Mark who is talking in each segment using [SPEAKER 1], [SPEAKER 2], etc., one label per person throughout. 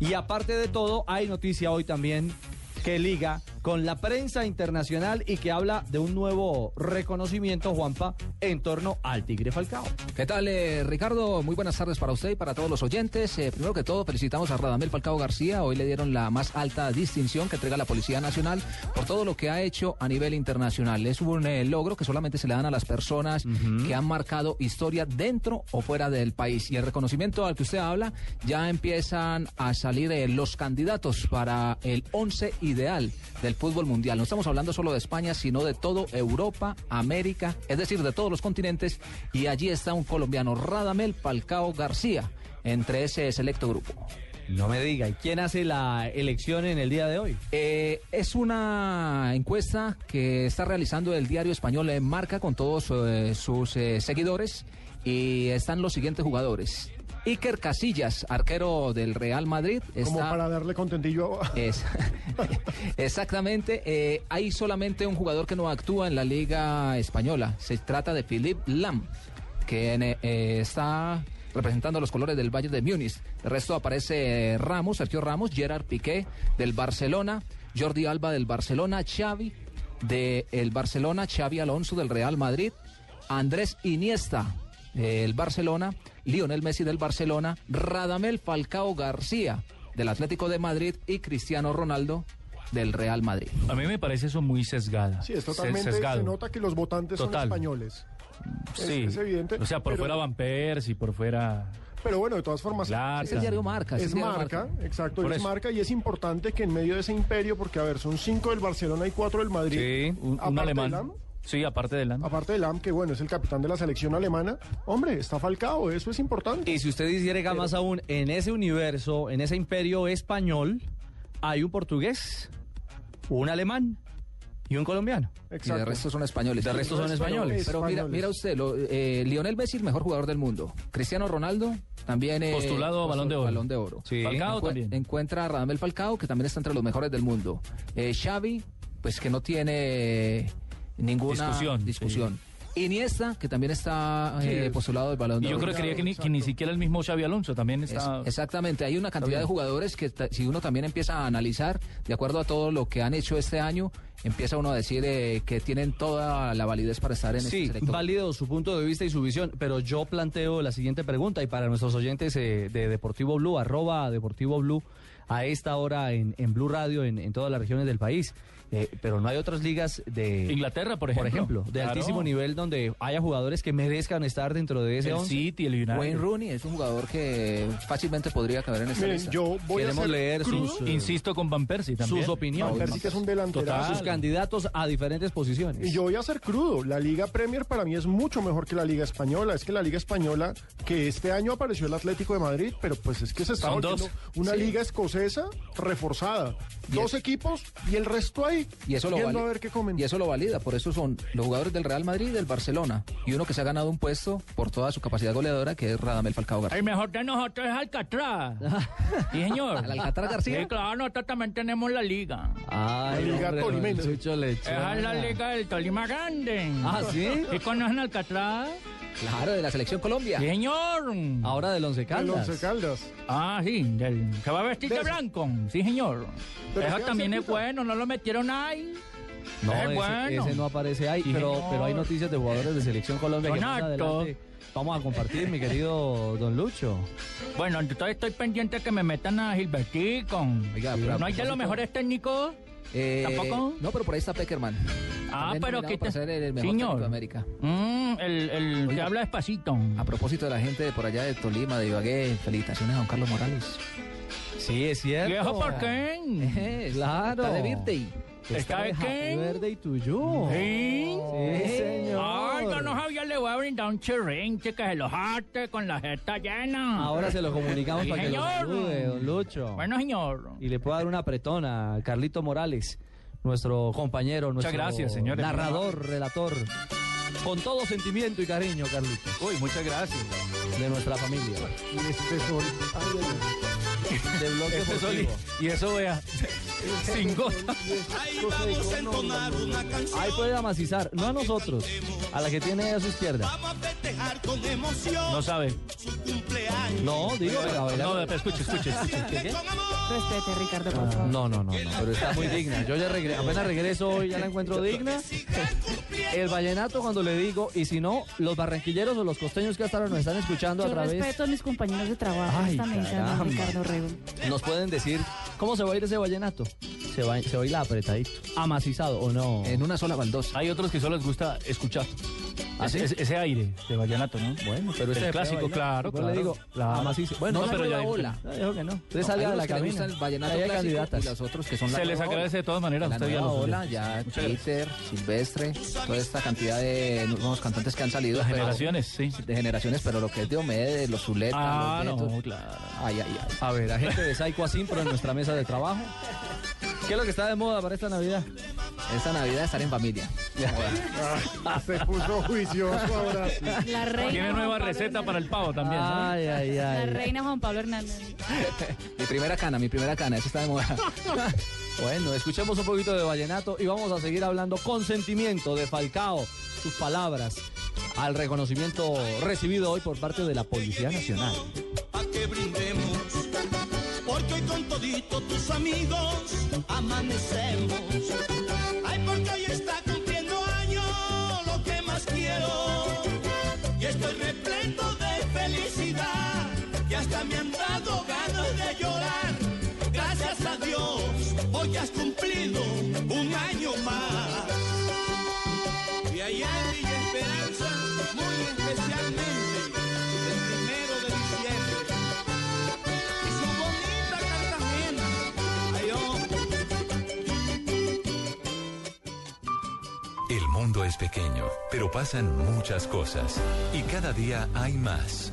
[SPEAKER 1] Y aparte de todo, hay noticia hoy también que liga con la prensa internacional y que habla de un nuevo reconocimiento, Juanpa, en torno al Tigre Falcao.
[SPEAKER 2] ¿Qué tal, eh, Ricardo? Muy buenas tardes para usted y para todos los oyentes. Eh, primero que todo, felicitamos a Radamel Falcao García. Hoy le dieron la más alta distinción que entrega la Policía Nacional por todo lo que ha hecho a nivel internacional. Es un eh, logro que solamente se le dan a las personas que han marcado historia dentro o fuera del país. Y el reconocimiento al que usted habla, ya empiezan a salir eh, los candidatos para el 11 ideal del fútbol mundial. No estamos hablando solo de España, sino de todo Europa, América, es decir, de todos los continentes. Y allí está un colombiano, Radamel Palcao García, entre ese selecto grupo.
[SPEAKER 1] No me diga, ¿y quién hace la elección en el día de hoy?
[SPEAKER 2] Eh, es una encuesta que está realizando el diario español en Marca con todos eh, sus eh, seguidores y están los siguientes jugadores. Iker Casillas, arquero del Real Madrid.
[SPEAKER 3] Como
[SPEAKER 2] está-
[SPEAKER 3] para darle contentillo a...
[SPEAKER 2] Es- exactamente. eh, hay solamente un jugador que no actúa en la Liga Española. Se trata de Philip Lam, que en, eh, eh, está representando los colores del Valle de Múnich. El resto aparece eh, Ramos, Sergio Ramos, Gerard Piqué del Barcelona, Jordi Alba del Barcelona, Xavi del Barcelona, Xavi Alonso del Real Madrid, Andrés Iniesta del Barcelona, Lionel Messi del Barcelona, Radamel Falcao García del Atlético de Madrid y Cristiano Ronaldo del Real Madrid.
[SPEAKER 4] A mí me parece eso muy sesgada.
[SPEAKER 3] Sí, es
[SPEAKER 4] Se-
[SPEAKER 3] totalmente...
[SPEAKER 4] sesgado.
[SPEAKER 3] Se nota que los votantes
[SPEAKER 4] Total.
[SPEAKER 3] son españoles. es-
[SPEAKER 4] Sí.
[SPEAKER 3] es evidente,
[SPEAKER 4] O sea, por
[SPEAKER 3] pero-
[SPEAKER 4] fuera Van Persie, por fuera
[SPEAKER 3] Pero bueno, de todas formas...
[SPEAKER 4] Lata.
[SPEAKER 2] Es el diario Marca.
[SPEAKER 3] Es
[SPEAKER 2] el diario
[SPEAKER 3] marca, exacto,
[SPEAKER 4] Por
[SPEAKER 3] es
[SPEAKER 4] eso.
[SPEAKER 3] marca y es importante que en medio de ese imperio, porque a ver, son cinco del Barcelona y cuatro del Madrid.
[SPEAKER 4] un, un
[SPEAKER 3] Aparte de
[SPEAKER 4] alemán.
[SPEAKER 3] Lam,
[SPEAKER 4] sí, aparte de Lam.
[SPEAKER 3] aparte de Lam, que bueno, es el capitán de la selección alemana. Hombre, está Falcao, eso es importante.
[SPEAKER 1] Y si usted disgrega más aún, en ese universo, en ese imperio español, hay un portugués, un alemán y un colombiano.
[SPEAKER 2] Y de
[SPEAKER 3] Exacto.
[SPEAKER 2] resto son españoles.
[SPEAKER 1] De resto son españoles.
[SPEAKER 2] Pero mira,
[SPEAKER 3] Españoles.
[SPEAKER 2] mira usted, lo- eh, Lionel Messi, el mejor jugador del mundo. Cristiano Ronaldo, también. eh,
[SPEAKER 4] Postulado a Balón de Oro.
[SPEAKER 2] Balón de Oro.
[SPEAKER 4] Sí. Falcao
[SPEAKER 2] Encue-
[SPEAKER 4] también.
[SPEAKER 2] Encuentra a Radamel Falcao, que también está entre los mejores del mundo. Eh, Xavi, pues que no tiene eh, ninguna
[SPEAKER 4] Discusión,
[SPEAKER 2] discusión. Iniesta, que también está eh,
[SPEAKER 4] es-
[SPEAKER 2] postulado al Balón de
[SPEAKER 4] Y yo
[SPEAKER 2] Oro.
[SPEAKER 4] creo que, creía que ni, que ni siquiera el mismo Xavi Alonso también
[SPEAKER 2] Es-
[SPEAKER 4] está.
[SPEAKER 2] exactamente, hay una cantidad de jugadores que ta- si uno también empieza a analizar, de acuerdo a todo lo que han hecho este año, empieza uno a decir eh, que tienen toda la validez para estar en este
[SPEAKER 1] Sí,
[SPEAKER 2] selecto.
[SPEAKER 1] válido su punto de vista y su visión, pero yo planteo la siguiente pregunta y para nuestros oyentes eh, de Deportivo Blue, arroba Deportivo Blue, a esta hora en, en Blue Radio, en, en todas las regiones del país, Eh, pero no hay otras ligas de...
[SPEAKER 4] Inglaterra, por
[SPEAKER 1] Eh, Por
[SPEAKER 4] ejemplo.
[SPEAKER 1] ejemplo, de
[SPEAKER 4] Claro.
[SPEAKER 1] altísimo nivel donde haya jugadores que merezcan estar dentro de ese
[SPEAKER 4] El
[SPEAKER 1] 11.
[SPEAKER 4] City, el United.
[SPEAKER 2] Wayne Rooney es un jugador que fácilmente podría caber en esta
[SPEAKER 3] Miren,
[SPEAKER 2] lista.
[SPEAKER 3] yo voy a
[SPEAKER 1] Queremos
[SPEAKER 3] ser
[SPEAKER 1] leer
[SPEAKER 3] crudo.
[SPEAKER 1] sus, eh,
[SPEAKER 4] Insisto con Van Persie también.
[SPEAKER 1] sus opiniones.
[SPEAKER 3] Van Persie, que es un delanterazo.
[SPEAKER 4] Total.
[SPEAKER 1] sus candidatos a diferentes posiciones.
[SPEAKER 3] Y yo voy a ser crudo. La Liga Premier para mí es mucho mejor que la Liga Española. Es que la Liga Española, que este año apareció el Atlético de Madrid, pero pues es que se está
[SPEAKER 4] Son
[SPEAKER 3] volviendo
[SPEAKER 4] dos.
[SPEAKER 3] una liga escocesa reforzada. Dos equipos y el resto ahí.
[SPEAKER 2] Y eso, lo
[SPEAKER 3] viendo
[SPEAKER 2] vali-
[SPEAKER 3] a ver qué comen.
[SPEAKER 2] y eso lo valida, por eso son los jugadores del Real Madrid y del Barcelona, y uno que se ha ganado un puesto por toda su capacidad goleadora, que es Radamel Falcao García.
[SPEAKER 4] El mejor de nosotros es Alcatraz. sí, señor.
[SPEAKER 2] ¿Al Alcatraz García?
[SPEAKER 4] Sí, claro, nosotros también tenemos la liga.
[SPEAKER 1] Ay,
[SPEAKER 3] La liga
[SPEAKER 1] hombre,
[SPEAKER 3] tolimense.
[SPEAKER 1] Chucho Lechona.
[SPEAKER 4] Esa es la liga del Tolima Grande.
[SPEAKER 1] Ah, ¿sí?
[SPEAKER 4] ¿Y conocen Alcatraz?
[SPEAKER 2] Claro, de la selección Colombia.
[SPEAKER 4] Sí, señor.
[SPEAKER 1] Ahora del Once
[SPEAKER 3] El
[SPEAKER 1] Caldas.
[SPEAKER 3] Once Caldas.
[SPEAKER 4] Ah, sí, del que va vestido de
[SPEAKER 3] De-
[SPEAKER 4] blanco. Sí, señor.
[SPEAKER 3] Pero
[SPEAKER 4] Eso
[SPEAKER 3] queda
[SPEAKER 4] también es
[SPEAKER 3] cerquita.
[SPEAKER 4] bueno, no lo metieron ahí.
[SPEAKER 1] No,
[SPEAKER 4] es
[SPEAKER 1] ese,
[SPEAKER 4] Eh, bueno.
[SPEAKER 1] ese no aparece ahí,
[SPEAKER 4] Sí,
[SPEAKER 1] pero,
[SPEAKER 4] señor.
[SPEAKER 1] pero hay noticias de jugadores de Selección Colombia que más
[SPEAKER 4] Donato.
[SPEAKER 1] adelante vamos a compartir, mi querido Don Lucho.
[SPEAKER 4] Bueno, entonces estoy pendiente que me metan a Gilbertico.
[SPEAKER 2] Oiga, pero a
[SPEAKER 4] ¿No hay de
[SPEAKER 2] propósito-
[SPEAKER 4] los mejores técnicos?
[SPEAKER 2] Eh,
[SPEAKER 4] ¿Tampoco?
[SPEAKER 2] No, pero por ahí está Peckerman.
[SPEAKER 4] Ah,
[SPEAKER 2] También
[SPEAKER 4] pero
[SPEAKER 2] nominado
[SPEAKER 4] que
[SPEAKER 2] para ser el mejor técnico de América.
[SPEAKER 4] Mm, el, el que
[SPEAKER 2] Oiga.
[SPEAKER 4] habla despacito.
[SPEAKER 2] A propósito de la gente de por allá de Tolima, de Ibagué, felicitaciones a don Carlos Morales.
[SPEAKER 1] Sí, es cierto.
[SPEAKER 4] ¿Viejo por qué?
[SPEAKER 1] Claro.
[SPEAKER 2] Está de birthday.
[SPEAKER 4] ¿Está de
[SPEAKER 1] de
[SPEAKER 4] qué?
[SPEAKER 1] Verde y Tuyú.
[SPEAKER 4] ¿Sí?
[SPEAKER 1] Sí, señor.
[SPEAKER 4] Ay, yo no sabía leer voy a brindar un chirrinche que se lo jate con la jeta llena.
[SPEAKER 1] Ahora se lo comunicamos
[SPEAKER 4] Sí,
[SPEAKER 1] para que lo
[SPEAKER 4] señor.
[SPEAKER 1] salude, don Lucho.
[SPEAKER 4] Bueno, señor.
[SPEAKER 1] Y le puedo dar una apretona a Carlito Morales, nuestro compañero, nuestro
[SPEAKER 5] gracias, señores.
[SPEAKER 1] narrador, relator. Con todo sentimiento y cariño, Carlito,
[SPEAKER 5] Uy, muchas gracias.
[SPEAKER 1] de nuestra familia.
[SPEAKER 3] Este sol. Ay, ay, ay.
[SPEAKER 1] De bloque
[SPEAKER 5] Este sol
[SPEAKER 1] Deportivo.
[SPEAKER 5] y, y eso vea. Sin gota.
[SPEAKER 1] Ahí puede amacizar, no a nosotros, a la que tiene a su izquierda.
[SPEAKER 5] No sabe.
[SPEAKER 1] No, digo, pero a bailar.
[SPEAKER 5] No, pero escuche, escuche, escuche.
[SPEAKER 1] ¿Qué, qué?
[SPEAKER 6] Respete, Ricardo, por favor.
[SPEAKER 1] No, no, no, no, pero está muy digna. Yo ya regre- apenas regreso hoy, ya la encuentro digna. El vallenato cuando le digo, y si no, los barranquilleros o los costeños que hasta ahora nos están escuchando a
[SPEAKER 6] Yo
[SPEAKER 1] través,
[SPEAKER 6] respeto a mis compañeros de trabajo.
[SPEAKER 1] Ay,
[SPEAKER 6] esta mesa,
[SPEAKER 1] caramba.
[SPEAKER 6] ¿no, Ricardo Rego.
[SPEAKER 1] nos pueden decir cómo se va a ir ese vallenato. Se va, se va a ir la apretadito, amacizado o no.
[SPEAKER 2] En una sola baldosa.
[SPEAKER 5] Hay otros que solo les gusta escuchar.
[SPEAKER 2] Ah,
[SPEAKER 5] Ese, ese- ese aire de vallenato, ¿no? Bueno, pero
[SPEAKER 1] Usted
[SPEAKER 5] el
[SPEAKER 1] puede
[SPEAKER 5] clásico,
[SPEAKER 1] bailar.
[SPEAKER 5] claro,
[SPEAKER 1] Yo
[SPEAKER 5] claro.
[SPEAKER 1] le digo, la amaciza. Bueno,
[SPEAKER 2] No,
[SPEAKER 5] pero
[SPEAKER 2] pero
[SPEAKER 5] ya
[SPEAKER 2] la
[SPEAKER 5] hay-
[SPEAKER 2] ola.
[SPEAKER 1] ya dijo que no. Usted
[SPEAKER 2] No,
[SPEAKER 1] salga
[SPEAKER 2] hay
[SPEAKER 1] de la
[SPEAKER 2] unos que le
[SPEAKER 1] cabina.
[SPEAKER 2] gustan el vallenato
[SPEAKER 1] Ahí hay
[SPEAKER 2] clásico
[SPEAKER 1] candidatas.
[SPEAKER 2] y los otros que son la
[SPEAKER 5] Se les
[SPEAKER 2] nueva ola.
[SPEAKER 5] agradece de todas maneras.
[SPEAKER 2] La
[SPEAKER 5] Usted ya
[SPEAKER 2] nueva
[SPEAKER 5] lo-
[SPEAKER 2] ola, ya
[SPEAKER 5] Muchas gracias.
[SPEAKER 2] Peter, Silvestre, toda esta cantidad de nuevos cantantes que han salido.
[SPEAKER 5] Las
[SPEAKER 2] pero-
[SPEAKER 5] generaciones, sí.
[SPEAKER 2] De generaciones, pero lo que es Diomedes, los Zuletas,
[SPEAKER 5] Ah,
[SPEAKER 2] los Betos.
[SPEAKER 5] no, claro.
[SPEAKER 2] Ay, ay, ay.
[SPEAKER 1] A ver, agente de Saico Asimpro en nuestra mesa de trabajo. ¿Qué es lo que está de moda para esta Navidad?
[SPEAKER 2] Esta Navidad estar en familia.
[SPEAKER 3] Ah, se puso juicioso ahora sí.
[SPEAKER 6] La reina.
[SPEAKER 5] Tiene
[SPEAKER 6] Juan
[SPEAKER 5] nueva
[SPEAKER 6] Pablo
[SPEAKER 5] receta
[SPEAKER 6] Hernández.
[SPEAKER 5] para el pavo también. ¿no?
[SPEAKER 1] Ay, ay,
[SPEAKER 6] La
[SPEAKER 1] ay.
[SPEAKER 6] reina Juan Pablo Hernández.
[SPEAKER 2] Mi primera cana, mi primera cana, esa está de moda.
[SPEAKER 1] Bueno, escuchemos un poquito de vallenato y vamos a seguir hablando con sentimiento de Falcao, sus palabras al reconocimiento recibido hoy por parte de la Policía Nacional.
[SPEAKER 7] Pa' que brindemos, porque hoy con todito tus amigos amanecemos. Ay, porque hoy está cumpliendo años lo que más quiero. Y estoy repleto de felicidad, y hasta me han dado ganas de llorar. Gracias a Dios, hoy has cumplido un año más. Y allá en Villa Esperanza, muy especialmente, el primero de diciembre. Y su bonita Cartagena, ay, oh,
[SPEAKER 8] El mundo es pequeño, pero pasan muchas cosas. Y cada día hay más.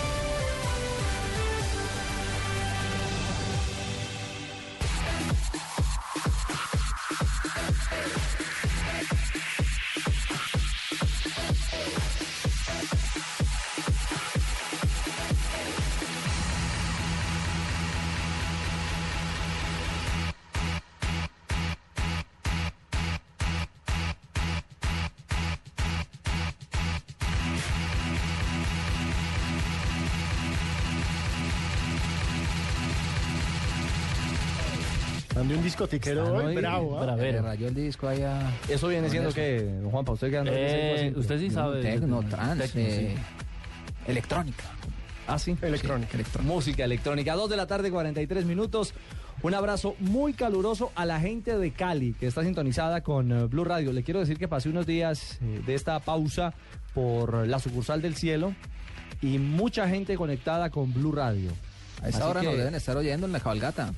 [SPEAKER 3] Ande un discotiquero
[SPEAKER 1] Están
[SPEAKER 3] hoy,
[SPEAKER 1] hoy
[SPEAKER 3] bravo. ¿ah?
[SPEAKER 5] Para
[SPEAKER 2] Le
[SPEAKER 5] ver.
[SPEAKER 2] rayó el disco allá.
[SPEAKER 1] Eso viene siendo que, Juan Juanpa, usted que anda en el Saico
[SPEAKER 5] Eh,
[SPEAKER 1] Asimpro.
[SPEAKER 5] usted sí sabe.
[SPEAKER 2] Tecno, trance,
[SPEAKER 5] Tecno, sí.
[SPEAKER 2] electrónica.
[SPEAKER 1] Ah, sí.
[SPEAKER 3] Electrónica.
[SPEAKER 1] Música electrónica. 2 de la tarde, 43 minutos. Un abrazo muy caluroso a la gente de Cali que está sintonizada con eh, Blue Radio. Le quiero decir que pasé unos días eh, de esta pausa por la sucursal del cielo y mucha gente conectada con Blue Radio.
[SPEAKER 2] A esa
[SPEAKER 1] Así
[SPEAKER 2] hora nos
[SPEAKER 1] que
[SPEAKER 2] deben estar oyendo en la cabalgata.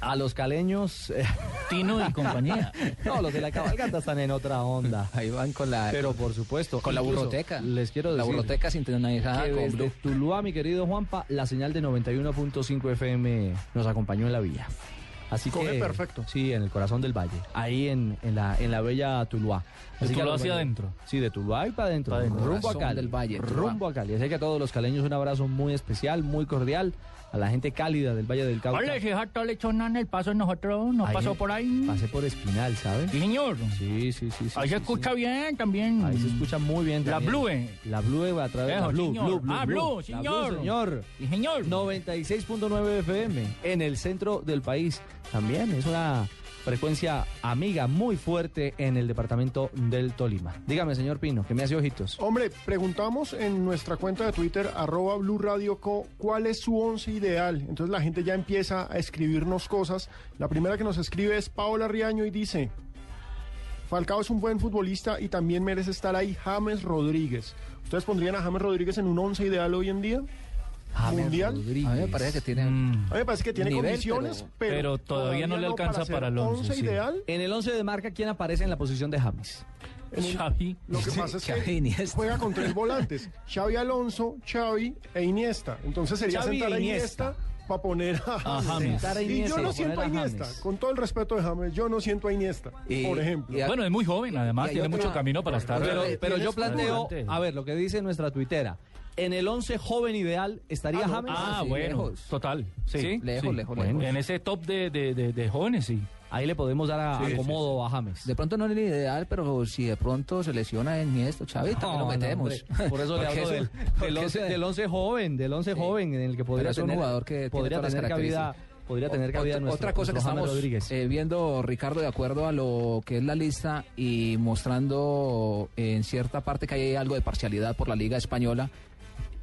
[SPEAKER 1] A los caleños, eh,
[SPEAKER 5] Tino y compañía.
[SPEAKER 1] no, los de la cabalgata están en otra onda.
[SPEAKER 2] Ahí van con la,
[SPEAKER 1] Pero por supuesto,
[SPEAKER 2] con la
[SPEAKER 1] incluso
[SPEAKER 2] burroteca.
[SPEAKER 1] Les quiero
[SPEAKER 2] La
[SPEAKER 1] decir
[SPEAKER 2] burroteca sintonizada
[SPEAKER 5] Ah,
[SPEAKER 1] que
[SPEAKER 2] con
[SPEAKER 1] desde
[SPEAKER 2] Blue.
[SPEAKER 1] Tuluá, mi querido Juanpa, la señal de 91.5 FM nos acompañó en la villa. Así
[SPEAKER 3] Coge
[SPEAKER 1] que,
[SPEAKER 3] perfecto.
[SPEAKER 1] Sí, en el corazón del valle, ahí en, en la, en la bella Tuluá.
[SPEAKER 5] De
[SPEAKER 1] Así que
[SPEAKER 5] Tuluá
[SPEAKER 1] a los
[SPEAKER 5] hacia
[SPEAKER 1] valles-
[SPEAKER 5] adentro.
[SPEAKER 1] Sí, de Tuluá y para adentro.
[SPEAKER 5] Pa' adentro.
[SPEAKER 1] Rumbo a
[SPEAKER 2] Corazón
[SPEAKER 1] Cali.
[SPEAKER 2] del valle, Tuluá.
[SPEAKER 1] rumbo a Cali. Así que a todos los caleños un abrazo muy especial, muy cordial. A la gente cálida del Valle del Cauca.
[SPEAKER 4] Hola, si hija todo lechona en el paso de nosotros, nos
[SPEAKER 1] Ahí
[SPEAKER 4] pasó
[SPEAKER 1] en-
[SPEAKER 4] por ahí.
[SPEAKER 1] Pasé por Espinal, ¿sabes?
[SPEAKER 4] Sí, señor.
[SPEAKER 1] Sí, sí, sí. sí,
[SPEAKER 4] Ahí
[SPEAKER 1] sí,
[SPEAKER 4] se
[SPEAKER 1] sí.
[SPEAKER 4] escucha bien también.
[SPEAKER 1] Ahí se escucha muy bien.
[SPEAKER 4] La
[SPEAKER 1] también.
[SPEAKER 4] Blue. eh.
[SPEAKER 1] La Blue a través de la
[SPEAKER 4] Eso,
[SPEAKER 1] Blue,
[SPEAKER 4] señor.
[SPEAKER 1] Blue, Blue,
[SPEAKER 4] Ah, Blue,
[SPEAKER 1] La
[SPEAKER 4] señor.
[SPEAKER 1] señor.
[SPEAKER 4] Sí, señor.
[SPEAKER 1] 96.9 FM en el centro del país. También es una
[SPEAKER 9] Frecuencia amiga muy fuerte en el departamento del Tolima. Dígame, señor Pino, que me hace ojitos.
[SPEAKER 3] Hombre, preguntamos en nuestra cuenta de Twitter, arroba Blue Radio Co, cuál es su once ideal. Entonces la gente ya empieza a escribirnos cosas. La primera que nos escribe es Paola Riaño y dice, Falcao es un buen futbolista y también merece estar ahí James Rodríguez. ¿Ustedes pondrían a James Rodríguez en un once ideal hoy en día?
[SPEAKER 2] James
[SPEAKER 3] mundial.
[SPEAKER 2] Rodríguez. Mm. A mí me parece que tiene-
[SPEAKER 3] A mí me parece que tiene
[SPEAKER 2] Nivel,
[SPEAKER 3] condiciones,
[SPEAKER 2] pero-
[SPEAKER 3] pero,
[SPEAKER 4] pero todavía no le alcanza
[SPEAKER 3] ser
[SPEAKER 4] para el once,
[SPEAKER 3] once
[SPEAKER 4] sí.
[SPEAKER 3] ideal.
[SPEAKER 9] En el 11 de marca, ¿quién aparece en la posición de James?
[SPEAKER 4] Xavi.
[SPEAKER 3] Lo que pasa es
[SPEAKER 2] Xavi
[SPEAKER 3] que
[SPEAKER 2] Iniesta.
[SPEAKER 3] juega con tres volantes, Xavi Alonso, Xavi e Iniesta. Entonces sería
[SPEAKER 9] Xavi
[SPEAKER 3] sentar
[SPEAKER 9] e
[SPEAKER 3] a
[SPEAKER 9] Iniesta.
[SPEAKER 3] Iniesta para poner a
[SPEAKER 4] A
[SPEAKER 3] James.
[SPEAKER 4] James.
[SPEAKER 9] Sentar a
[SPEAKER 3] Y yo
[SPEAKER 9] Iniesta,
[SPEAKER 3] no siento a
[SPEAKER 9] poner a
[SPEAKER 3] Iniesta,
[SPEAKER 9] James.
[SPEAKER 3] con todo el respeto de James, yo no siento a Iniesta,
[SPEAKER 2] Y-
[SPEAKER 3] por ejemplo.
[SPEAKER 2] y a-
[SPEAKER 4] Bueno, es muy joven,
[SPEAKER 2] Y
[SPEAKER 4] además,
[SPEAKER 2] hay
[SPEAKER 4] tiene
[SPEAKER 2] otra-
[SPEAKER 4] mucho camino para estar.
[SPEAKER 9] Pero,
[SPEAKER 2] Tienes
[SPEAKER 9] pero yo
[SPEAKER 2] tú.
[SPEAKER 9] planteo,
[SPEAKER 4] Adelante.
[SPEAKER 9] a ver, lo que dice nuestra tuitera. En el 11 joven ideal estaría
[SPEAKER 2] Ah, no,
[SPEAKER 9] James.
[SPEAKER 4] Ah,
[SPEAKER 2] sí,
[SPEAKER 4] bueno,
[SPEAKER 2] lejos.
[SPEAKER 4] total. Sí,
[SPEAKER 2] Sí, lejos,
[SPEAKER 4] sí.
[SPEAKER 2] lejos,
[SPEAKER 4] Bueno,
[SPEAKER 2] lejos.
[SPEAKER 4] En ese top de, de, de, de jóvenes, sí.
[SPEAKER 9] Ahí le podemos dar a,
[SPEAKER 4] Sí, sí,
[SPEAKER 9] acomodo a James.
[SPEAKER 2] De pronto no es el ideal, pero si de pronto se lesiona en esto, Xavi, también
[SPEAKER 9] No,
[SPEAKER 2] lo
[SPEAKER 9] no,
[SPEAKER 2] metemos.
[SPEAKER 9] hombre. Por eso le
[SPEAKER 2] Porque
[SPEAKER 9] hablo del,
[SPEAKER 2] porque
[SPEAKER 9] del, once,
[SPEAKER 2] eso-
[SPEAKER 9] del once joven, del once joven en el que podría
[SPEAKER 2] Pero es un
[SPEAKER 9] tener,
[SPEAKER 2] jugador que tiene
[SPEAKER 9] podría
[SPEAKER 2] todas las
[SPEAKER 9] tener cabida,
[SPEAKER 2] características.
[SPEAKER 9] podría tener cabida
[SPEAKER 2] Otra-
[SPEAKER 9] nuestro,
[SPEAKER 2] Otra cosa que
[SPEAKER 9] nuestro James Rodríguez.
[SPEAKER 2] estamos eh, viendo, Ricardo, de acuerdo a lo que es la lista y mostrando eh, en cierta parte que hay algo de parcialidad por la Liga Española,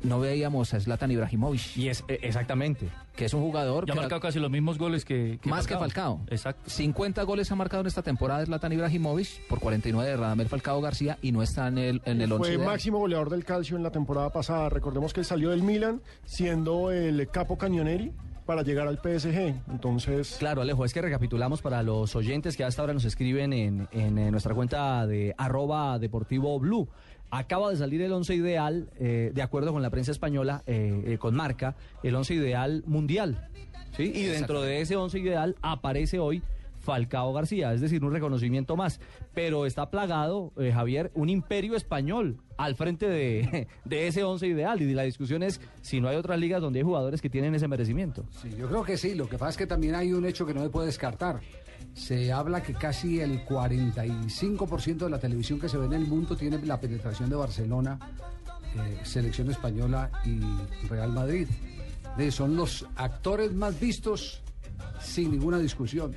[SPEAKER 2] no veíamos a Zlatan Ibrahimovic,
[SPEAKER 9] y es
[SPEAKER 4] e,
[SPEAKER 9] eh, exactamente.
[SPEAKER 2] que es un jugador
[SPEAKER 4] Ya
[SPEAKER 2] que
[SPEAKER 4] ha marcado casi los mismos goles que, que
[SPEAKER 2] más que Falcao.
[SPEAKER 4] Exacto.
[SPEAKER 2] 50 goles ha marcado en esta temporada Zlatan Ibrahimovic por 49 de Radamel Falcao García y no está en el, en el once
[SPEAKER 3] Fue
[SPEAKER 2] ideal.
[SPEAKER 3] máximo goleador del calcio en la temporada pasada. Recordemos que él salió del Milan siendo el capo cañoneri para llegar al PSG. Entonces,
[SPEAKER 9] Claro, Alejo, es que recapitulamos para los oyentes que hasta ahora nos escriben en, en, eh, nuestra cuenta de arroba deportivo blue. Acaba de salir el once ideal, eh, de acuerdo con la prensa española, eh, eh, con marca, el once ideal mundial. ¿sí? Y dentro de ese once ideal aparece hoy Falcao García, es decir, un reconocimiento más. Pero está plagado, eh, Javier, un imperio español al frente de, de ese once ideal. Y la discusión es si no hay otras ligas donde hay jugadores que tienen ese merecimiento.
[SPEAKER 1] Sí, yo creo que sí. Lo que pasa es que también hay un hecho que no se puede descartar. Se habla que casi el 45% de la televisión que se ve en el mundo tiene la penetración de Barcelona, eh, selección española y Real Madrid. De- son los actores más vistos sin ninguna discusión.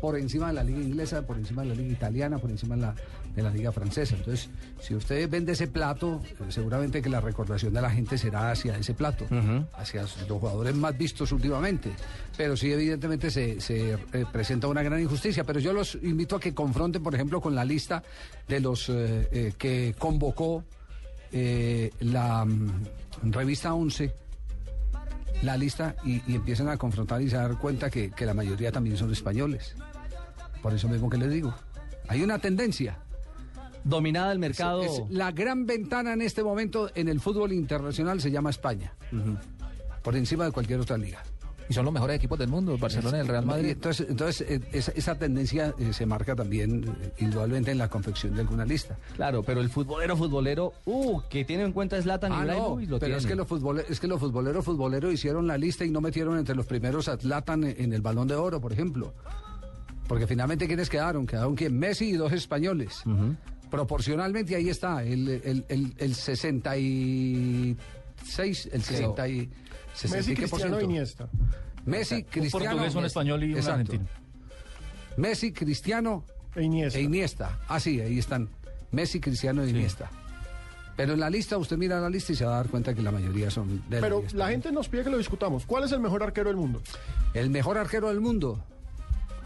[SPEAKER 1] Por encima de la liga inglesa, por encima de la liga italiana, por encima de la, de la liga francesa. Entonces, si usted vende ese plato, eh, seguramente que la recordación de la gente será hacia ese plato, hacia los jugadores más vistos últimamente. Pero sí, evidentemente, se, se, eh, presenta una gran injusticia. Pero yo los invito a que confronten, por ejemplo, con la lista de los eh, eh, que convocó eh, la mm, revista 11 la lista y, y empiezan a confrontar y se dar cuenta que, que la mayoría también son españoles. Por eso mismo que les digo. Hay una tendencia.
[SPEAKER 9] Dominada el mercado.
[SPEAKER 1] Es- la gran ventana en este momento en el fútbol internacional se llama España. Por encima de cualquier otra liga.
[SPEAKER 2] Y son los mejores equipos del mundo, el Barcelona y el Real Madrid.
[SPEAKER 1] Entonces, entonces eh, esa, esa tendencia eh, se marca también eh, indudablemente en la confección de alguna lista.
[SPEAKER 9] Claro, pero el futbolero, futbolero, uh, que tiene en cuenta Zlatan
[SPEAKER 1] Ah, no,
[SPEAKER 9] Ibrahimovic, lo
[SPEAKER 1] pero
[SPEAKER 9] tiene.
[SPEAKER 1] es que, los futbole- es que los futboleros futboleros hicieron la lista y no metieron entre los primeros a Zlatan e-, en en el Balón de Oro, por ejemplo. Porque finalmente, ¿quiénes quedaron? Quedaron ¿quién? Messi y dos españoles. Proporcionalmente, ahí está, el, el, el, el 66, el 60 y...
[SPEAKER 3] Messi,
[SPEAKER 1] 60 y qué por
[SPEAKER 3] Cristiano, e
[SPEAKER 1] ciento.
[SPEAKER 3] Iniesta.
[SPEAKER 1] Messi,
[SPEAKER 4] Un
[SPEAKER 1] Cristiano...
[SPEAKER 4] portugués, un
[SPEAKER 1] Messi.
[SPEAKER 4] español y un
[SPEAKER 1] Exacto.
[SPEAKER 4] argentino.
[SPEAKER 1] Messi, Cristiano
[SPEAKER 3] E Iniesta.
[SPEAKER 1] e Iniesta. Ah, sí, ahí están. Messi, Cristiano e Iniesta. Pero en la lista, usted mira la lista y se va a dar cuenta que la mayoría son de
[SPEAKER 3] Pero
[SPEAKER 1] liga española.
[SPEAKER 3] la gente nos pide que lo discutamos. ¿Cuál es el mejor arquero del mundo?
[SPEAKER 1] El mejor arquero del mundo.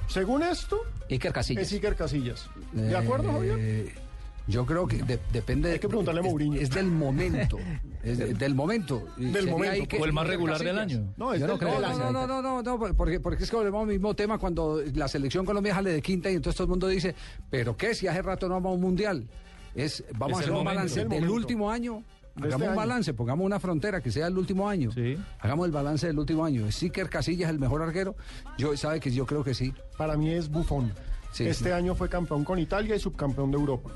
[SPEAKER 3] Según esto,
[SPEAKER 2] Iker Casillas.
[SPEAKER 3] es Iker Casillas. ¿De acuerdo,
[SPEAKER 1] Eh,
[SPEAKER 3] Javier?
[SPEAKER 1] Yo creo que de- depende.
[SPEAKER 3] Hay que preguntarle a
[SPEAKER 1] es-
[SPEAKER 3] Mourinho.
[SPEAKER 1] Es, del momento. es de- del momento. Y
[SPEAKER 3] Del
[SPEAKER 1] sería
[SPEAKER 3] momento,
[SPEAKER 1] ahí que-
[SPEAKER 4] O el más regular del
[SPEAKER 1] Casillas.
[SPEAKER 4] año.
[SPEAKER 3] No, este es
[SPEAKER 2] Yo no
[SPEAKER 3] del-
[SPEAKER 2] creo.
[SPEAKER 1] No,
[SPEAKER 3] del
[SPEAKER 2] la-
[SPEAKER 1] no, no,
[SPEAKER 3] año.
[SPEAKER 1] no, no, no, no, porque, porque es que volvemos al mismo tema cuando la selección colombiana sale de quinta y entonces todo el mundo dice, pero qué, si hace rato no vamos a un mundial. Es, vamos
[SPEAKER 4] Es
[SPEAKER 1] a hacer
[SPEAKER 4] el
[SPEAKER 1] un
[SPEAKER 4] momento.
[SPEAKER 1] balance
[SPEAKER 3] Es el
[SPEAKER 1] del
[SPEAKER 3] momento.
[SPEAKER 1] último año.
[SPEAKER 3] De
[SPEAKER 1] Hagamos
[SPEAKER 3] este
[SPEAKER 1] un
[SPEAKER 3] año.
[SPEAKER 1] balance, pongamos una frontera que sea el último año.
[SPEAKER 4] Sí.
[SPEAKER 1] Hagamos el balance del último año. ¿Es Iker Casillas el mejor arquero? Yo sabe que yo creo que sí.
[SPEAKER 3] Para mí es bufón.
[SPEAKER 1] Sí,
[SPEAKER 3] este
[SPEAKER 1] sí.
[SPEAKER 3] año fue campeón con Italia y subcampeón de Europa.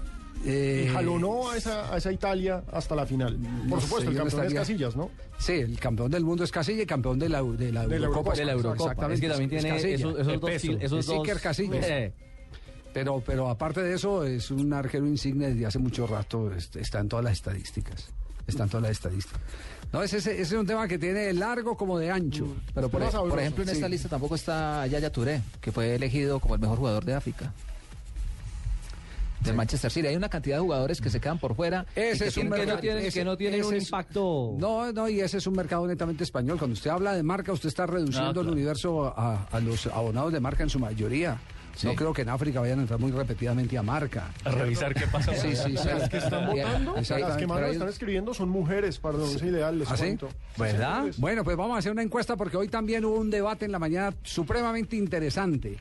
[SPEAKER 1] Eh,
[SPEAKER 3] Y jalonó a esa, a esa Italia hasta la final. Por
[SPEAKER 1] sé,
[SPEAKER 3] supuesto,
[SPEAKER 1] yo
[SPEAKER 3] el
[SPEAKER 1] no
[SPEAKER 3] campeón es
[SPEAKER 1] estaría-
[SPEAKER 3] Casillas, ¿no?
[SPEAKER 1] Sí, el campeón del mundo es Casillas y campeón de la, de la
[SPEAKER 3] De la
[SPEAKER 1] Eurocopa.
[SPEAKER 3] Eurocopa.
[SPEAKER 9] de la Eurocopa.
[SPEAKER 1] Exactamente.
[SPEAKER 9] Es que también
[SPEAKER 1] Es
[SPEAKER 9] tiene
[SPEAKER 1] Casillas.
[SPEAKER 9] esos, esos
[SPEAKER 4] el
[SPEAKER 9] dos.
[SPEAKER 4] peso.
[SPEAKER 9] fil- esos
[SPEAKER 1] Es Iker
[SPEAKER 9] dos-
[SPEAKER 1] Casillas.
[SPEAKER 9] Eh,
[SPEAKER 1] Pero, pero aparte de eso, es un arquero insigne desde hace mucho rato, este, está en todas las estadísticas. están todas las estadísticas. No, ese, ese es un tema que tiene de largo como de ancho.
[SPEAKER 2] Pero por,
[SPEAKER 1] Tema
[SPEAKER 2] e- por
[SPEAKER 1] sabroso,
[SPEAKER 2] ejemplo, en esta
[SPEAKER 1] sí.
[SPEAKER 2] lista tampoco está Yaya Touré, que fue elegido como el mejor jugador de África. Del Manchester City. Hay una cantidad de jugadores que se quedan por fuera. y
[SPEAKER 1] Ese es un
[SPEAKER 2] tienen
[SPEAKER 1] mercado.
[SPEAKER 2] ese-
[SPEAKER 1] ese-
[SPEAKER 2] ese es-
[SPEAKER 1] impacto. No, no, y ese es un mercado netamente español. Cuando usted habla de marca, usted está reduciendo
[SPEAKER 2] Ah, claro.
[SPEAKER 1] el universo a, a los abonados de marca en su mayoría. No creo que en África vayan a entrar muy repetidamente a marca.
[SPEAKER 4] A revisar qué pasa.
[SPEAKER 1] Sí, sí, sí.
[SPEAKER 3] Las que están votando, las
[SPEAKER 1] Exactamente.
[SPEAKER 3] que
[SPEAKER 1] Pero
[SPEAKER 3] más nos
[SPEAKER 1] hay
[SPEAKER 3] están
[SPEAKER 1] un-
[SPEAKER 3] escribiendo son mujeres para los ideal, les
[SPEAKER 1] ¿Ah, sí?
[SPEAKER 3] cuento.
[SPEAKER 1] ¿Verdad? Bueno, pues vamos a hacer una encuesta porque hoy también hubo un debate en la mañana supremamente interesante.